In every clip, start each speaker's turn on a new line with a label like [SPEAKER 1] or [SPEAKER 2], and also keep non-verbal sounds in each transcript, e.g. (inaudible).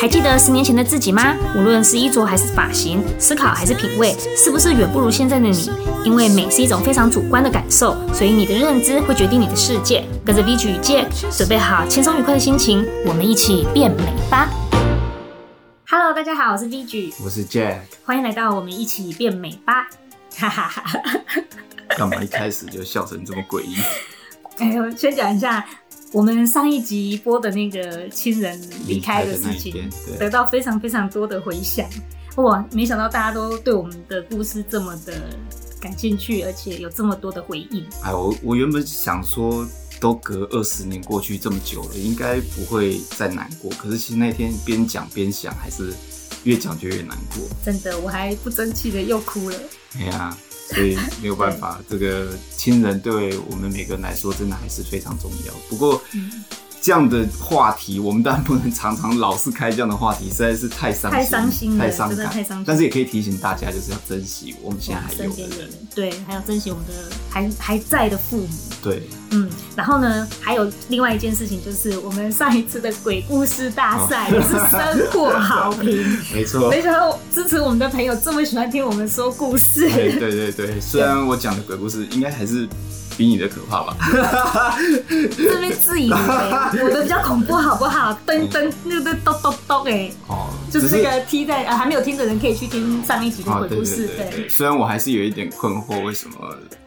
[SPEAKER 1] 还记得十年前的自己吗？无论是衣着还是发型，思考还是品味，是不是远不如现在的你？因为美是一种非常主观的感受，所以你的认知会决定你的世界。跟着 V 举与 Jack，准备好轻松愉快的心情，我们一起变美吧！Hello，大家好，我是 V 举，
[SPEAKER 2] 我是 Jack， (laughs)
[SPEAKER 1] 欢迎来到我们一起变美吧！ (laughs) 哈哈哈，
[SPEAKER 2] 干嘛一开始就笑成这么诡异？
[SPEAKER 1] 哎呦，先讲一下。我们上一集播的那个亲人离开的事情，得到非常非常多的回响。哇，没想到大家都对我们的故事这么的感兴趣，而且有这么多的回应。
[SPEAKER 2] 哎，我我原本想说，都隔二十年过去这么久了，应该不会再难过。可是其实那天边讲边想，还是越讲就越难过。
[SPEAKER 1] 真的，我还不争气的又哭了。
[SPEAKER 2] 哎呀、啊，所以没有办
[SPEAKER 1] (laughs)
[SPEAKER 2] 法，这个亲人对我们每个人来说，真的还是非常重要。不过，嗯、这样的话题，我们当然不能常常老是开这样的话题，实在是太伤
[SPEAKER 1] 太伤心了，
[SPEAKER 2] 太伤
[SPEAKER 1] 真的太伤心。
[SPEAKER 2] 但是也可以提醒大家，就是要珍惜我们现在还有的人，
[SPEAKER 1] 对，还要珍惜我们的还还在的父母。
[SPEAKER 2] 对，
[SPEAKER 1] 嗯，然后呢，还有另外一件事情，就是我们上一次的鬼故事大
[SPEAKER 2] 哦
[SPEAKER 1] 赛也是收获好评，
[SPEAKER 2] (laughs) 没
[SPEAKER 1] (laughs)
[SPEAKER 2] 错。哎
[SPEAKER 1] 没想到支持我们的朋友这么喜欢听我们说故事。
[SPEAKER 2] 对对对对，虽然我讲的鬼故事应该还是比你的可怕吧？
[SPEAKER 1] 这边自以为我的比较恐怖，好不好？噔噔那个咚咚咚哎，哦，就是那个踢在呃还没有听的人可以去听上一集的鬼故事。
[SPEAKER 2] 哦啊对，虽然我还是有一点困惑，为什么？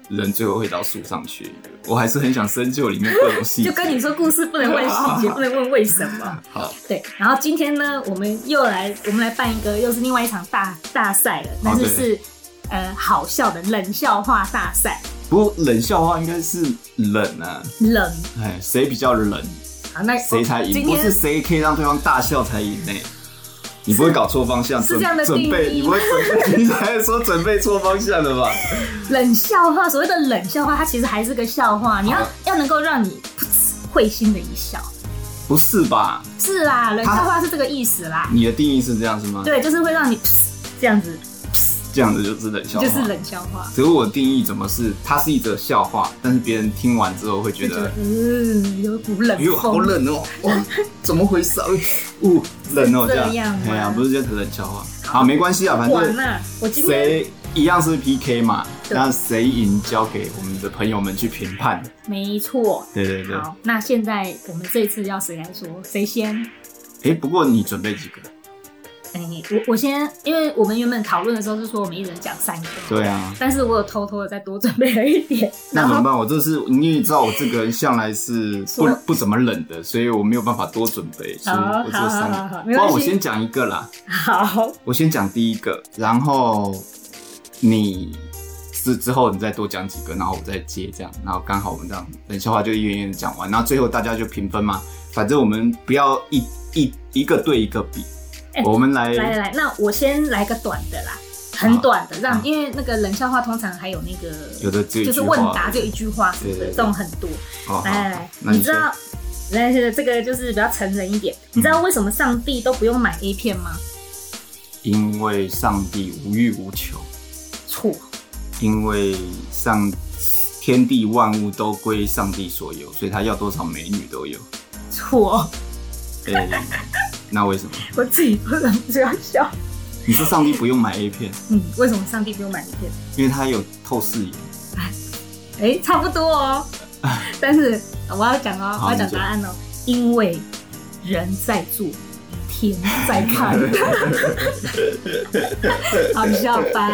[SPEAKER 2] 人最后会到树上去，我还是很想深究里面各种细
[SPEAKER 1] (laughs)
[SPEAKER 2] 节。
[SPEAKER 1] 就跟你说，故事不能问细节，不能问为什么。
[SPEAKER 2] 好，
[SPEAKER 1] (laughs) 对。然后今天呢，我们又来，我们来办一个，又是另外一场大大赛了，但是是、哦、呃好笑的冷笑话大赛。
[SPEAKER 2] 不过冷笑话应该是冷啊，
[SPEAKER 1] 冷。
[SPEAKER 2] 哎，谁比较冷？
[SPEAKER 1] 啊，那
[SPEAKER 2] 谁才赢？不是谁可以让对方大笑才赢呢、欸？你不会搞错方向，
[SPEAKER 1] 是这样的
[SPEAKER 2] 准备，你不会准备，你才说准备错方向的吧？
[SPEAKER 1] 冷笑话，所谓的冷笑话，它其实还是个笑话，你要要能够让你会心的一笑。
[SPEAKER 2] 不是吧？
[SPEAKER 1] 是啦，冷笑话是这个意思啦。
[SPEAKER 2] 你的定义是这样是吗？
[SPEAKER 1] 对，就是会让你这样子，
[SPEAKER 2] 这样子就是冷笑话，
[SPEAKER 1] 就是冷笑话。
[SPEAKER 2] 只是我定义怎么是，它是一则笑话，但是别人听完之后会觉得，
[SPEAKER 1] 嗯，有股冷
[SPEAKER 2] 风，好冷哦，哇，怎么回事啊？哦，冷哦，这
[SPEAKER 1] 样，
[SPEAKER 2] 哎呀，不是叫冷笑话，好，没关系啊，反正谁一样是 PK 嘛，那谁赢交给我们的朋友们去评判。
[SPEAKER 1] 没错，
[SPEAKER 2] 对对对。
[SPEAKER 1] 好，那现在我们这次要谁来说？谁先？
[SPEAKER 2] 哎，不过你准备几个？
[SPEAKER 1] 哎，我我先，因为我们原本讨论的时候是说我们一人讲三个，
[SPEAKER 2] 对啊，
[SPEAKER 1] 但是我有偷偷的再多准备了一点。
[SPEAKER 2] 那怎么办？我这是你也知道我这个人向来是不不怎么冷的，所以我没有办法多准备，所以我只有三个。不然我先讲一个啦。
[SPEAKER 1] 好，
[SPEAKER 2] 我先讲第一个，然后你之之后你再多讲几个，然后我再接这样，然后刚好我们这样冷笑话就一点点讲完，然后最后大家就评分嘛。反正我们不要一一一个对一个比。
[SPEAKER 1] 欸、
[SPEAKER 2] 我们来
[SPEAKER 1] 来来来，那我先来个短的啦，很短的，让、啊、因为那个冷笑话通常还有那个
[SPEAKER 2] 有的
[SPEAKER 1] 就是问答就一句话什么的，这种很多。
[SPEAKER 2] 好好
[SPEAKER 1] 来来来，你知道，来这个就是比较成人一点，嗯、你知道为什么上帝都不用买 A 片吗？
[SPEAKER 2] 因为上帝无欲无求。
[SPEAKER 1] 错。
[SPEAKER 2] 因为上天地万物都归上帝所有，所以他要多少美女都有。
[SPEAKER 1] 错。 (laughs)
[SPEAKER 2] 对、欸。 (laughs) 那为什么？
[SPEAKER 1] 我自己不能这样笑。
[SPEAKER 2] 你说上帝不用买 A 片？
[SPEAKER 1] 嗯，为什么上帝不用买 A 片？
[SPEAKER 2] 因为他有透视眼。
[SPEAKER 1] 哎、欸，差不多 (laughs) 哦。但是我要讲哦，我要讲答案哦，因为人在做，天在 (laughs) 看。好笑 (laughs) 吧？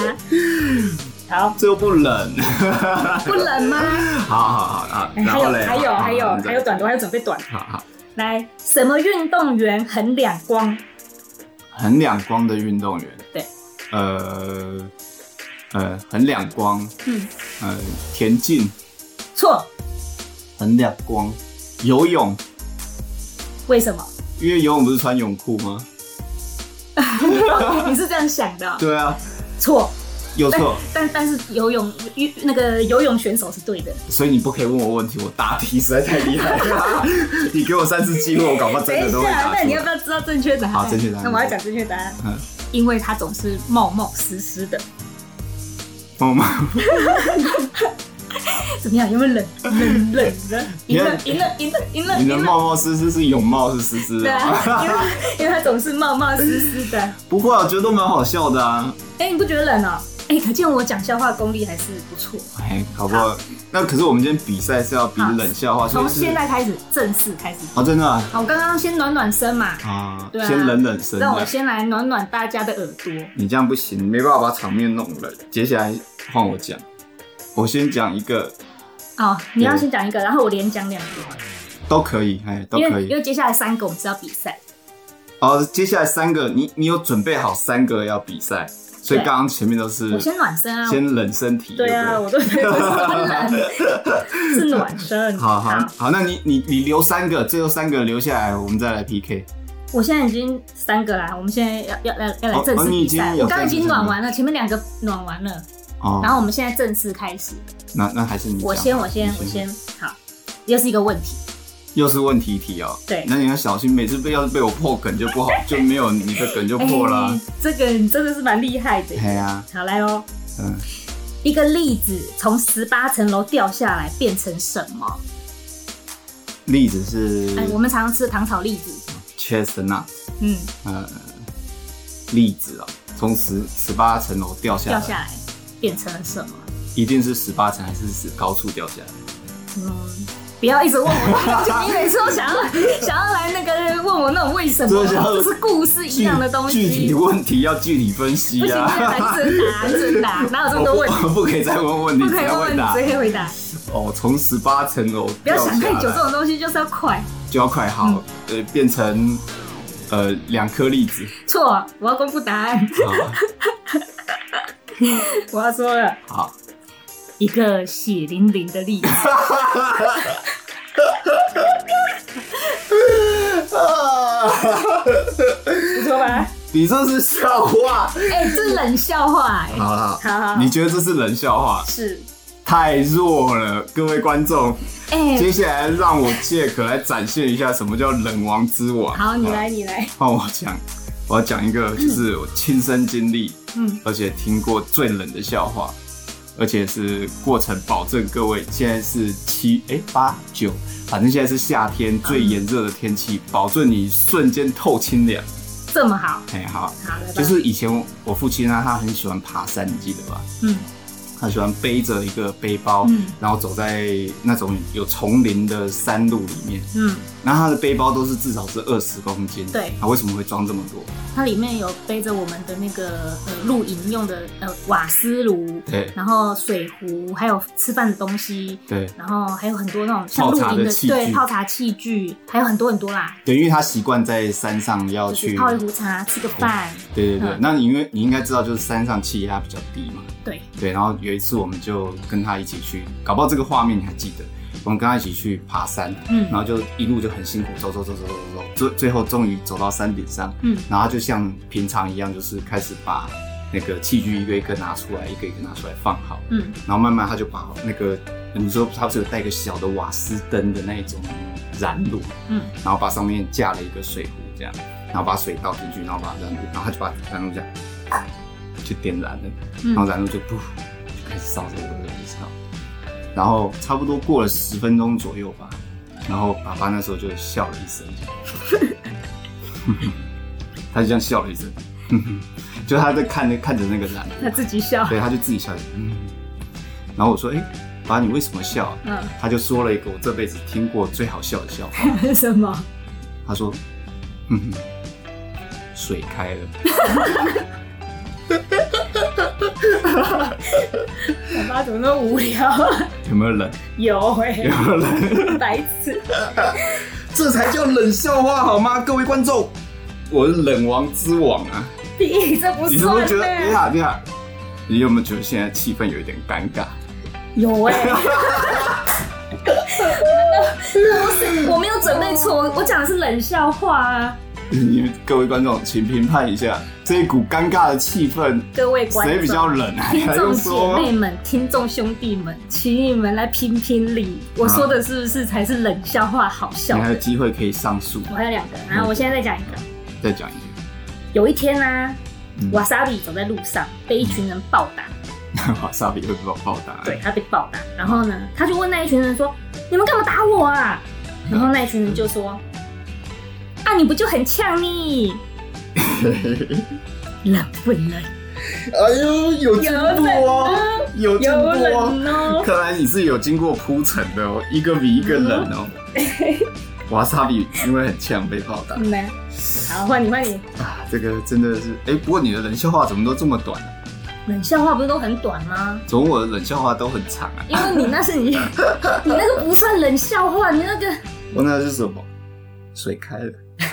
[SPEAKER 1] 好，
[SPEAKER 2] 最后不冷， (laughs)
[SPEAKER 1] 不冷吗？
[SPEAKER 2] 好好好啊、嗯欸，
[SPEAKER 1] 哎还有还有还有还有短的，我还有准备短。
[SPEAKER 2] 好好。
[SPEAKER 1] 来，什么运动员很两光？
[SPEAKER 2] 很两光的运动员，
[SPEAKER 1] 对，
[SPEAKER 2] 呃，呃，很两光，
[SPEAKER 1] 嗯，
[SPEAKER 2] 呃，田径，
[SPEAKER 1] 错，
[SPEAKER 2] 很两光，游泳，
[SPEAKER 1] 为什
[SPEAKER 2] (laughs)
[SPEAKER 1] 么？
[SPEAKER 2] 因为游泳不是穿泳裤吗？
[SPEAKER 1] 你是这样想的、喔？
[SPEAKER 2] 对啊，
[SPEAKER 1] 错。
[SPEAKER 2] 有错，
[SPEAKER 1] 但但是游泳运那个游泳选手是对的，
[SPEAKER 2] 所以你不可以问我问题，我答题实在太厉害
[SPEAKER 1] (laughs)
[SPEAKER 2] 了。你给我三次机会，我搞不好啊真的都会答。
[SPEAKER 1] 那你要不要知道正确答案？
[SPEAKER 2] 好，正确答案。
[SPEAKER 1] 那我要讲正确答案，嗯、因为他总是冒冒失失的。
[SPEAKER 2] 冒冒。
[SPEAKER 1] 怎么样？有没有冷冷冷冷？赢了赢了赢了赢了
[SPEAKER 2] 你
[SPEAKER 1] 赢
[SPEAKER 2] 的
[SPEAKER 1] 了！
[SPEAKER 2] 冒冒失失是泳冒是失失
[SPEAKER 1] 对
[SPEAKER 2] 啊，
[SPEAKER 1] 啊，因为因为他总是冒冒失失的。
[SPEAKER 2] 不过我觉得都蛮好笑的啊。
[SPEAKER 1] 哎、你不觉得冷哦、哎、可见我讲笑话功力还是不错。
[SPEAKER 2] 哎，搞不好那可是我们今天比赛是要比
[SPEAKER 1] 好
[SPEAKER 2] 冷笑话，所
[SPEAKER 1] 从
[SPEAKER 2] 以是
[SPEAKER 1] 现在开始正式开始。
[SPEAKER 2] 啊，真的啊
[SPEAKER 1] 好，我刚刚先暖暖身嘛，
[SPEAKER 2] 啊，
[SPEAKER 1] 对啊
[SPEAKER 2] 先冷冷身啊。
[SPEAKER 1] 让我先来暖暖大家的耳朵。
[SPEAKER 2] 你这样不行，没办法把场面弄了。接下来换我讲，我先讲一个
[SPEAKER 1] 哦，你要
[SPEAKER 2] 对
[SPEAKER 1] 先讲一个，然后我连讲两个，
[SPEAKER 2] 都可以，哎，都
[SPEAKER 1] 因
[SPEAKER 2] 可
[SPEAKER 1] 为因
[SPEAKER 2] 以。
[SPEAKER 1] 为接下来三个我们是要比赛。
[SPEAKER 2] 哦，接下来三个，你你有准备好三个要比赛，所以
[SPEAKER 1] 对
[SPEAKER 2] 刚刚前面都是
[SPEAKER 1] 我先暖身啊。
[SPEAKER 2] 先冷身体，
[SPEAKER 1] 对啊，
[SPEAKER 2] 不
[SPEAKER 1] 我都没有说冷，
[SPEAKER 2] (laughs)
[SPEAKER 1] 是暖身。
[SPEAKER 2] 好好好，那你你你留三个，最后三个留下来，我们再来 PK。
[SPEAKER 1] 我现在已经三个啦，我们现在要要要要来正
[SPEAKER 2] 哦哦
[SPEAKER 1] 式
[SPEAKER 2] 你已
[SPEAKER 1] 比
[SPEAKER 2] 经
[SPEAKER 1] 赛。
[SPEAKER 2] 有
[SPEAKER 1] 我刚刚已
[SPEAKER 2] 正式
[SPEAKER 1] 经
[SPEAKER 2] 比赛
[SPEAKER 1] 暖
[SPEAKER 2] 了
[SPEAKER 1] 完了，前面两个暖完了，
[SPEAKER 2] 哦，
[SPEAKER 1] 然后我们现在正式开始。
[SPEAKER 2] 那那还是你讲
[SPEAKER 1] 我先，我先，
[SPEAKER 2] 你
[SPEAKER 1] 我先。好，又是一个问题。
[SPEAKER 2] 又是问题题哦。
[SPEAKER 1] 对
[SPEAKER 2] 那你要小心，每次被要是被我破梗就
[SPEAKER 1] (laughs)
[SPEAKER 2] 不好，就没有你的梗就破了啊
[SPEAKER 1] 哎。这个你真的是蛮厉害的。
[SPEAKER 2] 哎呀，
[SPEAKER 1] 好，来哦。
[SPEAKER 2] 嗯，
[SPEAKER 1] 一个栗子从十八层楼掉下来变成什么？
[SPEAKER 2] 栗子是
[SPEAKER 1] 哎，我们常常吃糖炒栗子。
[SPEAKER 2] chestnut。
[SPEAKER 1] 嗯，
[SPEAKER 2] 呃栗子啊，从十十八层楼掉下来，
[SPEAKER 1] 掉下来变成了什么？
[SPEAKER 2] 一定是十八层还是是高处掉下来？
[SPEAKER 1] 嗯，不要一直问我， (laughs) 你每次都想要想要来那个问我那种为什么，
[SPEAKER 2] 这是
[SPEAKER 1] 这是故事一样的东
[SPEAKER 2] 具具体
[SPEAKER 1] 西。
[SPEAKER 2] 问题要具体分
[SPEAKER 1] 不
[SPEAKER 2] 析
[SPEAKER 1] 行，不能
[SPEAKER 2] 啊！
[SPEAKER 1] 来正答正答，
[SPEAKER 2] (laughs)
[SPEAKER 1] 哪有这么多问题？
[SPEAKER 2] 我不可以再问问题，
[SPEAKER 1] 不可以
[SPEAKER 2] 只要
[SPEAKER 1] 问问
[SPEAKER 2] 答
[SPEAKER 1] 题，谁可以回答？
[SPEAKER 2] 哦。从十八层楼
[SPEAKER 1] 不要
[SPEAKER 2] 掉下
[SPEAKER 1] 想太久，这
[SPEAKER 2] 来，
[SPEAKER 1] 种嗯东西就是要快。
[SPEAKER 2] 就要快好，呃，变成呃两颗栗子。啊
[SPEAKER 1] 错，我要公布答案。 (laughs) 我要说了， (laughs)
[SPEAKER 2] 好，好，
[SPEAKER 1] 一个血淋淋的例子。不错吧？
[SPEAKER 2] 你这是笑话。
[SPEAKER 1] (laughs) 哎、这是冷笑话哎、
[SPEAKER 2] 好了，
[SPEAKER 1] 好好好
[SPEAKER 2] 你觉得这是冷笑话？
[SPEAKER 1] 是，
[SPEAKER 2] 太弱了，各位观众。
[SPEAKER 1] 哎、
[SPEAKER 2] 接下来让我 Jack 来展现一下什么叫冷王之王。
[SPEAKER 1] 好，你来，你来，
[SPEAKER 2] 换我讲，我要讲一个就是我亲身经历，
[SPEAKER 1] 嗯，
[SPEAKER 2] 而且听过最冷的笑话，而且是过程保证各位现在是七哎八九，反正现在是夏天最炎热的天气，保证你瞬间透清凉。
[SPEAKER 1] 这么好，
[SPEAKER 2] 哎好，
[SPEAKER 1] 好来吧，
[SPEAKER 2] 就是以前我我父亲呢，啊他很喜欢爬山，你记得吧？
[SPEAKER 1] 嗯，
[SPEAKER 2] 他喜欢背着一个背包，
[SPEAKER 1] 嗯
[SPEAKER 2] 然后走在那种有丛林的山路里面。
[SPEAKER 1] 嗯，
[SPEAKER 2] 然后他的背包都是至少是二十公斤，
[SPEAKER 1] 对
[SPEAKER 2] 他为什么会装这么多？
[SPEAKER 1] 它里面有背着我们的那个呃露营用的呃瓦斯炉，
[SPEAKER 2] 对
[SPEAKER 1] 然后水壶，还有吃饭的东西，
[SPEAKER 2] 对
[SPEAKER 1] 然后还有很多那种像
[SPEAKER 2] 泡
[SPEAKER 1] 露
[SPEAKER 2] 茶
[SPEAKER 1] 营
[SPEAKER 2] 的器具
[SPEAKER 1] 对泡茶器具，还有很多很多啦，
[SPEAKER 2] 对，因为他习惯在山上要
[SPEAKER 1] 就是
[SPEAKER 2] 去，
[SPEAKER 1] 泡一壶茶，吃个饭，
[SPEAKER 2] 对对对。
[SPEAKER 1] 嗯
[SPEAKER 2] 那你因为你应该知道，就是山上气压比较低嘛，
[SPEAKER 1] 对，
[SPEAKER 2] 对。然后有一次我们就跟他一起去，搞不好这个画面你还记得，我们跟他一起去爬山，
[SPEAKER 1] 嗯
[SPEAKER 2] 然后就一路就很辛苦走走走走走走，最最后终于走到山顶上，
[SPEAKER 1] 嗯，
[SPEAKER 2] 然后他就像平常一样，就是开始把那个器具一个一个拿出来，一个一个拿出来放好。
[SPEAKER 1] 嗯
[SPEAKER 2] 然后慢慢他就把那个，你说他不是有带一个小的瓦斯灯的那种燃炉，
[SPEAKER 1] 嗯，
[SPEAKER 2] 然后把上面架了一个水壶这样，然后把水倒进去，然后把燃炉，然后他就把燃炉这样就点燃了，然后
[SPEAKER 1] 嗯，
[SPEAKER 2] 燃炉就噗就开始烧烧烧烧烧，然后差不多过了十分钟左右吧，然后爸爸那时候就笑了
[SPEAKER 1] (laughs)
[SPEAKER 2] 一声， (laughs) 他就这样笑了一声， (laughs) 就他在看着看着那个燃炉
[SPEAKER 1] (laughs) 他，自己笑，
[SPEAKER 2] 对，他就自己笑，嗯。然后我说：“哎、爸，你为什么笑啊、
[SPEAKER 1] 嗯，
[SPEAKER 2] 他就说了一个我这辈子听过最好笑的笑话。
[SPEAKER 1] 嗯 (laughs) 什么？
[SPEAKER 2] 他说：“嗯，水开了。
[SPEAKER 1] 爸爸怎么那么无聊？ (laughs)
[SPEAKER 2] 有没有 (laughs) 冷？
[SPEAKER 1] 有哎、
[SPEAKER 2] 有没有冷？
[SPEAKER 1] 白痴。
[SPEAKER 2] 这才叫冷笑话好吗？各位观众，我是冷王之王啊！
[SPEAKER 1] 屁，这不
[SPEAKER 2] 你是不
[SPEAKER 1] 算
[SPEAKER 2] 是觉得？等一
[SPEAKER 1] 欸
[SPEAKER 2] 下，等一下，你有没有觉得现在气氛有一点尴尬？ (laughs)
[SPEAKER 1] 有哎、欸。 (laughs) 那我是我没有准备错，我讲的是冷笑话啊，
[SPEAKER 2] 你们各位观众，请评判一下这一股尴尬的气氛，
[SPEAKER 1] 各位观众，
[SPEAKER 2] 谁比较冷啊？
[SPEAKER 1] 听
[SPEAKER 2] 还
[SPEAKER 1] 众
[SPEAKER 2] 用
[SPEAKER 1] 姐
[SPEAKER 2] 说吗
[SPEAKER 1] 妹们、听众兄弟们，请你们来评评理，我说的是不是才是冷笑话好笑
[SPEAKER 2] 你？还有机会可以上诉。
[SPEAKER 1] 我还有两个，然后我现在再讲一个。
[SPEAKER 2] 再讲一遍。
[SPEAKER 1] 有一天呢、啊
[SPEAKER 2] 嗯，
[SPEAKER 1] 瓦萨比走在路上，被一群人暴打，
[SPEAKER 2] 看华沙比会被暴打。
[SPEAKER 1] 对，他被暴打，然后呢，他就问那一群人说：“你们干嘛打我啊？”然后那一群人就说：“啊，你不就很呛你？冷不冷？
[SPEAKER 2] (laughs) 哎呦，有进步哦，有进
[SPEAKER 1] 嗯有
[SPEAKER 2] 步哦。
[SPEAKER 1] 冷哦。
[SPEAKER 2] 看来你是有经过铺陈的哦，一个比一个
[SPEAKER 1] (laughs)
[SPEAKER 2] 冷哦。瓦萨比因为很呛被暴打”
[SPEAKER 1] 嗯呢，好，换你换你。
[SPEAKER 2] 啊，这个真的是哎、不过你的冷笑话怎么都这么短、啊？
[SPEAKER 1] 冷笑话不是都很短吗？
[SPEAKER 2] 怎么我的冷笑话都很长啊？
[SPEAKER 1] 因为你那 (laughs) 是你，你那个不算冷笑话，你 (laughs) 那个，哎、
[SPEAKER 2] 我那是什么？水开了， (laughs)
[SPEAKER 1] 哎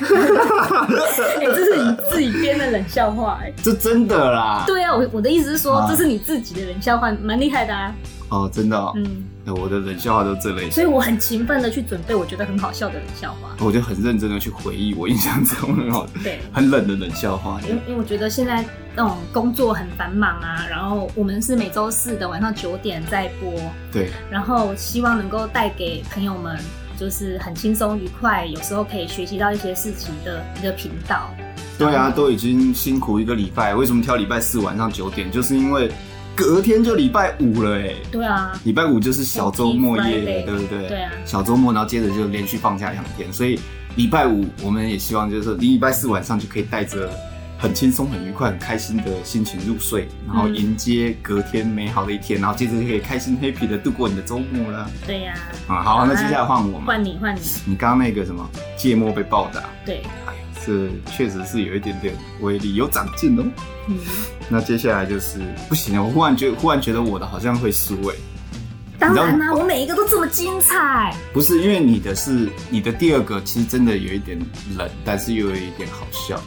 [SPEAKER 1] 这是你自己编的冷笑话、哎。
[SPEAKER 2] 这真的啦。
[SPEAKER 1] (laughs) 对啊，我我的意思是说，
[SPEAKER 2] 啊
[SPEAKER 1] 这是你自己的冷笑话，蛮厉害的啊。
[SPEAKER 2] 哦，真的哦。
[SPEAKER 1] 嗯，
[SPEAKER 2] 哎我的冷笑话都这类型，
[SPEAKER 1] 所以我很勤奋的去准备我觉得很好笑的冷笑 (laughs) 话。
[SPEAKER 2] 我就很认真的去回忆我印象中很好、
[SPEAKER 1] 对，
[SPEAKER 2] 很冷的冷笑话。
[SPEAKER 1] 因因为我觉得现在那种工作很繁忙啊，然后我们是每周四的晚上九点在播，
[SPEAKER 2] 对，
[SPEAKER 1] 然后希望能够带给朋友们就是很轻松愉快，有时候可以学习到一些事情的一个频道。
[SPEAKER 2] 对啊，都已经辛苦一个礼拜，为什么挑礼拜四晚上九点？就是因为隔天就礼拜五了哎、
[SPEAKER 1] 对啊，
[SPEAKER 2] 礼拜五就是小周末
[SPEAKER 1] Happy
[SPEAKER 2] 夜
[SPEAKER 1] Friday，，
[SPEAKER 2] 对不对？
[SPEAKER 1] 对啊
[SPEAKER 2] 小周末，然后接着就连续放假两天，所以礼拜五我们也希望就是说礼拜四晚上就可以带着很轻松、很愉快、很开心的心情入睡，然后
[SPEAKER 1] 嗯
[SPEAKER 2] 迎接隔天美好的一天，然后接着就可以开心 happy 的度过你的周末啦。
[SPEAKER 1] 对啊呀、
[SPEAKER 2] 啊，好，那接下来换我嘛。
[SPEAKER 1] 换你换你，
[SPEAKER 2] 你刚刚那个什么芥末被暴打，
[SPEAKER 1] 对，
[SPEAKER 2] 哎，这确实是有一点点威力，有长进哦。
[SPEAKER 1] 嗯，
[SPEAKER 2] 那接下来就是不行啊了，我忽然觉忽然觉得我的好像会输哎、
[SPEAKER 1] 当然啦、
[SPEAKER 2] 你知道
[SPEAKER 1] 我每一个都这么精彩。
[SPEAKER 2] 不是，因为你的是你的第二个，其实真的有一点冷，但是又有一点好笑。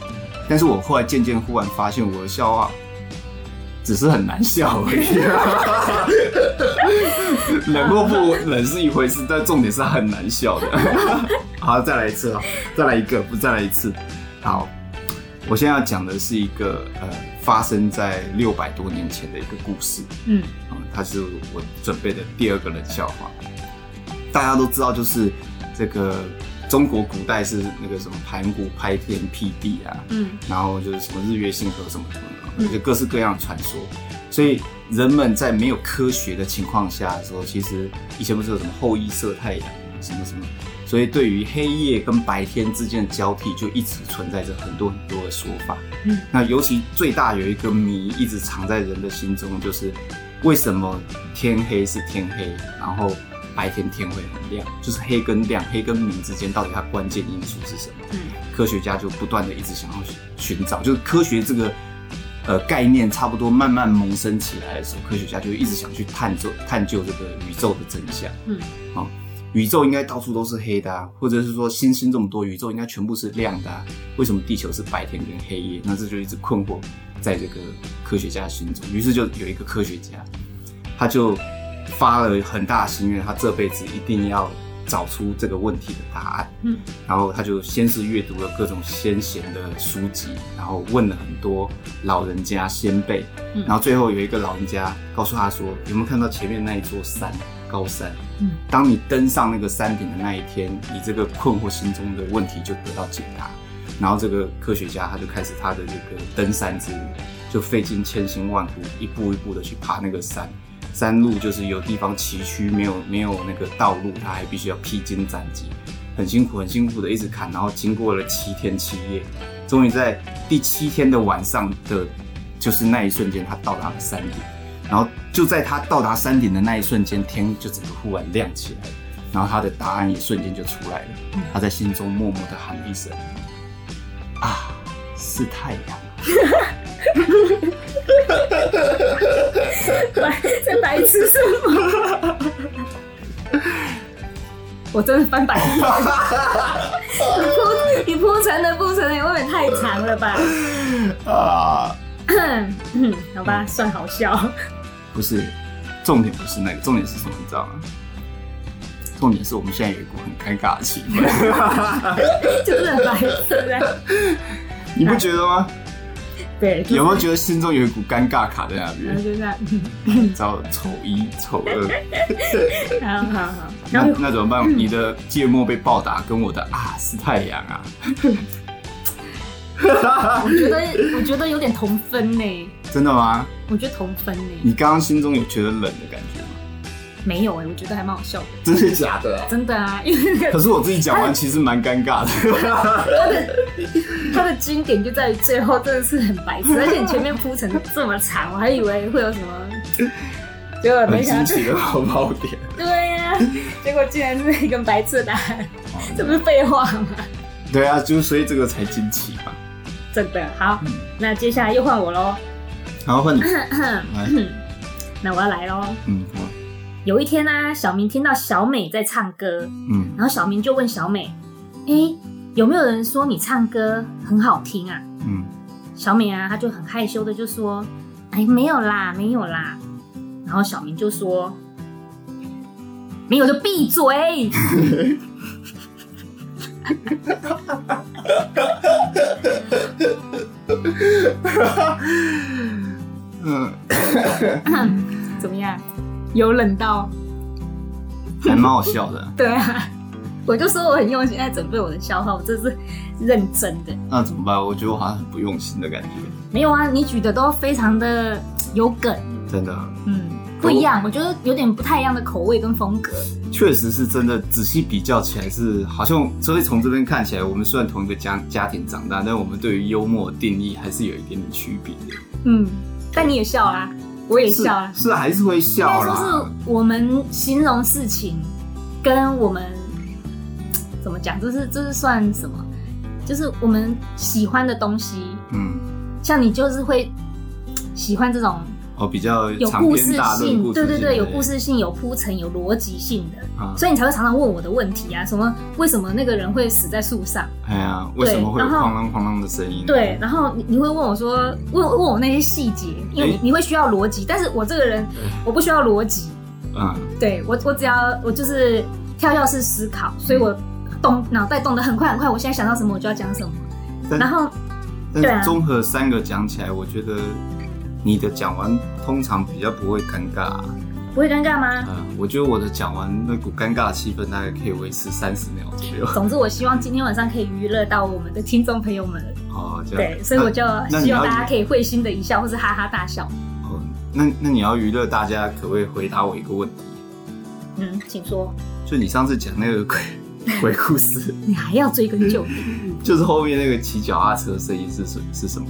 [SPEAKER 2] 但是我后来渐渐忽然发现，我的笑话只是很难笑而已。冷或不冷是一回事，但重点是它很难笑的。 (laughs) 好，再来一次啊，再来一个，不再来一次。好，我现在要讲的是一个呃，发生在六百多年前的一个故事。
[SPEAKER 1] 嗯，
[SPEAKER 2] 嗯，它是我准备的第二个冷笑话。大家都知道，就是这个中国古代是那个什么盘古拍天辟地啊，
[SPEAKER 1] 嗯，
[SPEAKER 2] 然后就是什么日月星河什么什么
[SPEAKER 1] 嗯
[SPEAKER 2] 的，就各式各样的传说。所以人们在没有科学的情况下的时候，其实以前不是有什么后羿射太阳啊，什么什么，所以对于黑夜跟白天之间的交替，就一直存在着很多很多的说法。
[SPEAKER 1] 嗯，
[SPEAKER 2] 那尤其最大有一个谜一直藏在人的心中，就是为什么天黑是天黑，然后白天天会很亮，就是黑跟亮、黑跟明之间到底它关键因素是什么？
[SPEAKER 1] 嗯，
[SPEAKER 2] 科学家就不断的一直想要寻找，就是科学这个呃概念差不多慢慢萌生起来的时候，科学家就一直想去探究探究这个宇宙的真相。
[SPEAKER 1] 嗯，
[SPEAKER 2] 好、宇宙应该到处都是黑的啊，或者是说星星这么多，宇宙应该全部是亮的啊，为什么地球是白天跟黑夜？那这就一直困惑在这个科学家心中。于是就有一个科学家，他就发了很大的心愿，他这辈子一定要找出这个问题的答案。
[SPEAKER 1] 嗯，
[SPEAKER 2] 然后他就先是阅读了各种先贤的书籍，然后问了很多老人家先辈，
[SPEAKER 1] 嗯
[SPEAKER 2] 然后最后有一个老人家告诉他说：“有没有看到前面那一座山？高山？
[SPEAKER 1] 嗯，
[SPEAKER 2] 当你登上那个山顶的那一天，你这个困惑心中的问题就得到解答。”然后这个科学家他就开始他的这个登山之旅，就费尽千辛万苦，一步一步的去爬那个山。山路就是有地方崎岖，没有没有那个道路，他还必须要披荆斩棘，很辛苦很辛苦的一直砍，然后经过了七天七夜，终于在第七天的晚上的，就是那一瞬间，他到达了山顶。然后就在他到达山顶的那一瞬间，天就整个忽然亮起来了，然后他的答案也瞬间就出来了
[SPEAKER 1] 嗯。
[SPEAKER 2] 他在心中默默的喊了一声：“啊，是太阳。”
[SPEAKER 1] 白 (laughs) 在白痴什么？ (laughs) 我真的翻白 (laughs) 眼。你铺你铺陈的铺陈的也未免太长了吧？ (coughs)
[SPEAKER 2] 啊，
[SPEAKER 1] 嗯，好吧，算好笑。 (laughs)
[SPEAKER 2] 不是，重点不是那个，重点是什么？你知道吗？重点是我们现在有一股很尴尬的气氛，
[SPEAKER 1] 就是很白痴啊。
[SPEAKER 2] 你不觉得吗？
[SPEAKER 1] 对，就是
[SPEAKER 2] (laughs) 有没有觉得心中有一股尴尬卡在那
[SPEAKER 1] 然后
[SPEAKER 2] 边？
[SPEAKER 1] 就这样，嗯
[SPEAKER 2] 叫丑一、
[SPEAKER 1] (laughs)
[SPEAKER 2] 丑二，
[SPEAKER 1] 好好好，
[SPEAKER 2] 那
[SPEAKER 1] 然后嗯
[SPEAKER 2] 那怎么办？你的芥末被暴打，跟我的啊是太阳啊，
[SPEAKER 1] 我觉得我觉得有点同分呢，
[SPEAKER 2] 真的吗？
[SPEAKER 1] 我觉得同分呢、
[SPEAKER 2] 你刚刚心中有觉得冷的感觉吗？
[SPEAKER 1] 没有哎、我觉得还蛮好笑的，
[SPEAKER 2] 真的假的啊？
[SPEAKER 1] 真的啊，因为那个
[SPEAKER 2] 可是我自己讲
[SPEAKER 1] 啊
[SPEAKER 2] 完其实蛮尴尬的。
[SPEAKER 1] 它的经典就在于最后真的是很白痴，而且你前面铺陈这么长，我还以为会有什么，结果 (laughs) 没
[SPEAKER 2] 很
[SPEAKER 1] 想
[SPEAKER 2] 新 (laughs)
[SPEAKER 1] 到，
[SPEAKER 2] 奇的泡泡点，
[SPEAKER 1] 对呀、结果竟然是一个白痴的答案，这不是废话吗？
[SPEAKER 2] 对啊，就是所以这个才惊奇嘛。
[SPEAKER 1] 真的好，那接下来又换我喽，
[SPEAKER 2] 然后换你
[SPEAKER 1] 嗯
[SPEAKER 2] 来，
[SPEAKER 1] (clears throat) 那我要来喽。
[SPEAKER 2] 嗯，好，
[SPEAKER 1] 有一天呢、小明听到小美在唱歌，
[SPEAKER 2] 嗯，
[SPEAKER 1] 然后小明就问小美：“哎、有没有人说你唱歌很好听啊
[SPEAKER 2] 嗯，？”
[SPEAKER 1] 小美啊，她就很害羞的就说：“哎，没有啦，没有啦。”然后小明就说：“没有就闭嘴。 (laughs)
[SPEAKER 2] 嗯，”
[SPEAKER 1] 怎么样？有冷到？
[SPEAKER 2] 还蛮好笑的。
[SPEAKER 1] 对啊，我就说我很用心在准备我的笑话，我这是认真的。
[SPEAKER 2] 那怎么办？我觉得我好像很不用心的感觉，
[SPEAKER 1] 没有啊，你举的都非常的有梗，
[SPEAKER 2] 真的，
[SPEAKER 1] 嗯，不一样，我觉得有点不太一样的口味跟风格。
[SPEAKER 2] 确实是真的。仔细比较起来是，好像所以从这边看起来，我们虽然同一个家家庭长大，但我们对于幽默的定义还是有一点点区别的。
[SPEAKER 1] 嗯，啊但你也笑啦，我也笑啦。
[SPEAKER 2] 是是还是会
[SPEAKER 1] 应该说
[SPEAKER 2] 笑啊啦。
[SPEAKER 1] 是我们形容事情，跟我们怎么讲，就是这是算什么？就是我们喜欢的东西，
[SPEAKER 2] 嗯，
[SPEAKER 1] 像你就是会喜欢这种
[SPEAKER 2] 哦，比较
[SPEAKER 1] 有
[SPEAKER 2] 长
[SPEAKER 1] 故
[SPEAKER 2] 篇
[SPEAKER 1] 事
[SPEAKER 2] 大论
[SPEAKER 1] 性，
[SPEAKER 2] 故事
[SPEAKER 1] 对对对，有故
[SPEAKER 2] 性
[SPEAKER 1] 事性、有铺陈、有逻辑性的，
[SPEAKER 2] 啊。
[SPEAKER 1] 所以你才会常常问我的问题啊，什么为什么那个人会死在树上？
[SPEAKER 2] 哎呀，为什么会有
[SPEAKER 1] 对然后
[SPEAKER 2] 哐啷哐啷的声音？
[SPEAKER 1] 对，然后你你会问我说，问问我那些细节，因为你
[SPEAKER 2] 诶
[SPEAKER 1] 你会需要逻辑，但是我这个人我不需要逻辑，
[SPEAKER 2] 嗯，
[SPEAKER 1] 对我我只要我就是跳跃式思考，所以我动脑袋动得很快很快，我现在想到什么我就要讲什么，
[SPEAKER 2] 但
[SPEAKER 1] 然后对
[SPEAKER 2] 但
[SPEAKER 1] 啊
[SPEAKER 2] 是综合三个讲起来，我觉得你的讲完通常比较不会尴尬、啊。
[SPEAKER 1] 不会尴尬吗？
[SPEAKER 2] 嗯，我觉得我的讲完那股尴尬气氛大概可以维持三十秒左右。
[SPEAKER 1] 总之，我希望今天晚上可以娱乐到我们的听众朋友们，
[SPEAKER 2] 哦，这样。
[SPEAKER 1] 对，所以我就
[SPEAKER 2] 那你
[SPEAKER 1] 希望
[SPEAKER 2] 要
[SPEAKER 1] 大家可以会心的一笑，或是哈哈大笑。
[SPEAKER 2] 哦，那那你要娱乐大家，可不可以回答我一个问题？
[SPEAKER 1] 嗯，请说，
[SPEAKER 2] 就你上次讲那个
[SPEAKER 1] (laughs)
[SPEAKER 2] 鬼鬼故事，
[SPEAKER 1] 你还要追根究底？
[SPEAKER 2] 就是后面那个骑脚踏车的声音是什是什么？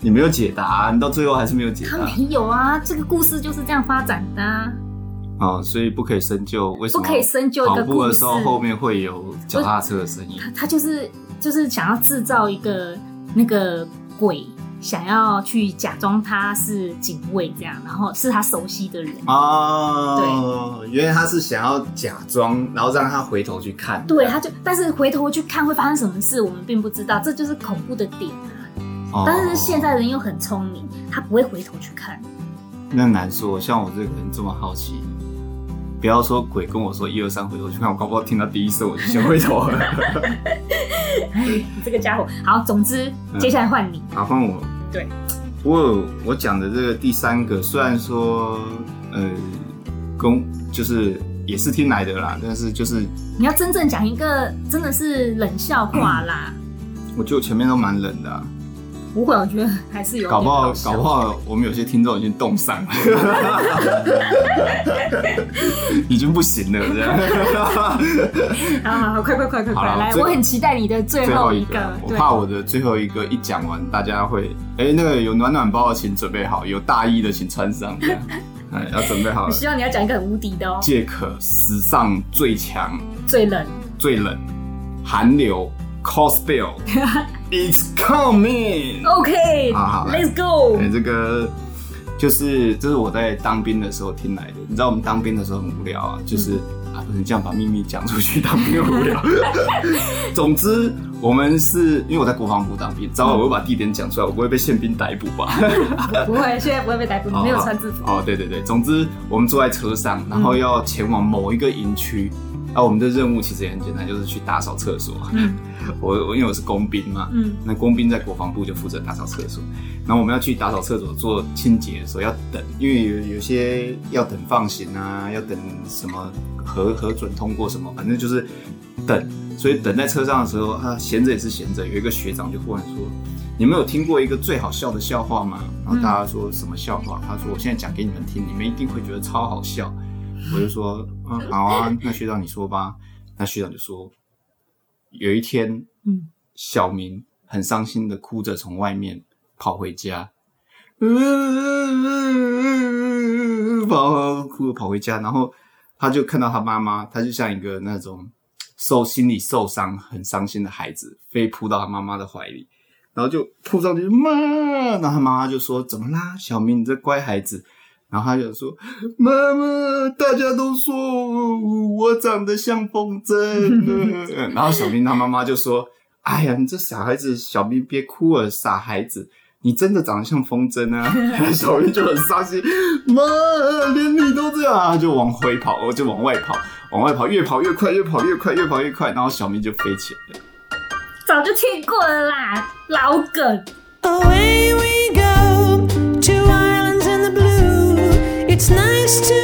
[SPEAKER 2] 你没有解答啊、你到最后还是没有解
[SPEAKER 1] 他
[SPEAKER 2] 答
[SPEAKER 1] 没有啊，这个故事就是这样发展的、啊，
[SPEAKER 2] 哦，所以不可以深究为什
[SPEAKER 1] 不
[SPEAKER 2] 么
[SPEAKER 1] 可以深究一
[SPEAKER 2] 跑
[SPEAKER 1] 个
[SPEAKER 2] 步
[SPEAKER 1] 故
[SPEAKER 2] 的
[SPEAKER 1] 事
[SPEAKER 2] 时。候后面会有脚踏车的声音。
[SPEAKER 1] 他他就是就是想要制造一个那个鬼，想要去假装他是警卫这样，然后是他熟悉的人。
[SPEAKER 2] 哦，对，原来他是想要假装，然后让他回头去看。
[SPEAKER 1] 对，他就但是回头去看会发生什么事，我们并不知道，这就是恐怖的点啊。
[SPEAKER 2] 哦
[SPEAKER 1] 但是现在人又很聪明，他不会回头去看。
[SPEAKER 2] 那难说，像我这个人这么好奇，不要说鬼跟我说一二三回头去看，我搞不好听到第一声我就先回头了。 (laughs)
[SPEAKER 1] 哎，你这个家伙，好，总之
[SPEAKER 2] 嗯
[SPEAKER 1] 接下来换你。
[SPEAKER 2] 麻烦我。
[SPEAKER 1] (laughs) 对，
[SPEAKER 2] 不过我讲的这个第三个，虽然说呃，公就是也是听来的啦，但是就是
[SPEAKER 1] 你要真正讲一个真的是冷笑话啦，
[SPEAKER 2] 嗯我觉得我前面都蛮冷的、啊，
[SPEAKER 1] 不会，我觉得还是有点
[SPEAKER 2] 搞不好
[SPEAKER 1] 笑
[SPEAKER 2] 搞不好我们有些听众已经冻伤
[SPEAKER 1] (laughs)
[SPEAKER 2] 了，已经不行了这样。
[SPEAKER 1] 好好好，快快快快
[SPEAKER 2] 好
[SPEAKER 1] 快，
[SPEAKER 2] 了
[SPEAKER 1] 来，
[SPEAKER 2] 最
[SPEAKER 1] 我很期待你的最
[SPEAKER 2] 最
[SPEAKER 1] 后
[SPEAKER 2] 后
[SPEAKER 1] 一
[SPEAKER 2] 一
[SPEAKER 1] 个
[SPEAKER 2] 个，，我
[SPEAKER 1] 对
[SPEAKER 2] 怕我的最后一个一讲完，大家会哎、那个有暖暖包的请准备好，有大衣的请穿上，这样 (laughs) 哎要准备好
[SPEAKER 1] 我
[SPEAKER 2] 了。
[SPEAKER 1] 希望你要讲一个很无敌的哦，
[SPEAKER 2] 借可史上最强、
[SPEAKER 1] 最冷，
[SPEAKER 2] 最冷、寒流
[SPEAKER 1] (laughs)
[SPEAKER 2] cosplay it's coming。
[SPEAKER 1] OK，
[SPEAKER 2] 好好来
[SPEAKER 1] Let's go
[SPEAKER 2] 对，。这个就是这是我在当兵的时候听来的。你知道我们当兵的时候很无聊啊，就是、啊不能这样把秘密讲出去，当兵很无聊。 (laughs) 总之，我们是因为我在国防部当兵，早晚我会把地点讲出来，我不会被宪兵逮捕吧？ (laughs) 哦
[SPEAKER 1] 不会，现在不会被逮捕，你没有穿制服。
[SPEAKER 2] 哦，对对对，总之我们坐在车上，然后要前往某一个营区，啊，我们的任务其实也很简单，就是去打扫厕所。
[SPEAKER 1] 嗯
[SPEAKER 2] (laughs) 我我因为我是工兵嘛，
[SPEAKER 1] 嗯
[SPEAKER 2] 那工兵在国防部就负责打扫厕所，然后我们要去打扫厕所做清洁的时候要等，因为有有些要等放行啊，要等什么核核准通过什么，反正就是等。所以等在车上的时候啊，闲着也是闲着，有一个学长就忽然说：“你们有听过一个最好笑的笑话吗？”然后大家说什么笑话？他说：“我现在讲给你们听，你们一定会觉得超好笑。”我就说：“嗯，好啊，那学长你说吧。”那学长就说：“有一天，
[SPEAKER 1] 嗯，
[SPEAKER 2] 小明很伤心的哭着从外面跑回家，嗯，跑哭跑回家，然后他就看到他妈妈，他就像一个那种受心理受伤、很伤心的孩子，飞扑到他妈妈的怀里，然后就扑上去，妈，然后他妈妈就说：“怎么啦，小明，你这乖孩子。”然后他就说：“ (laughs) 妈妈，大家都说我长得像风筝。”啊 (laughs) 然后小明他妈妈就说：“哎呀，你这傻孩子，小明别哭了，傻孩子，你真的长得像风筝啊！” (laughs) 小明就很伤心，妈，连你都这样啊！就往回跑，我就往外跑，往外跑，越跑越快，越跑越快，越跑越快，然后小明就飞起来了。
[SPEAKER 1] 早就听过了啦，老梗。
[SPEAKER 3] Away we go to islands in the blue. It's nice to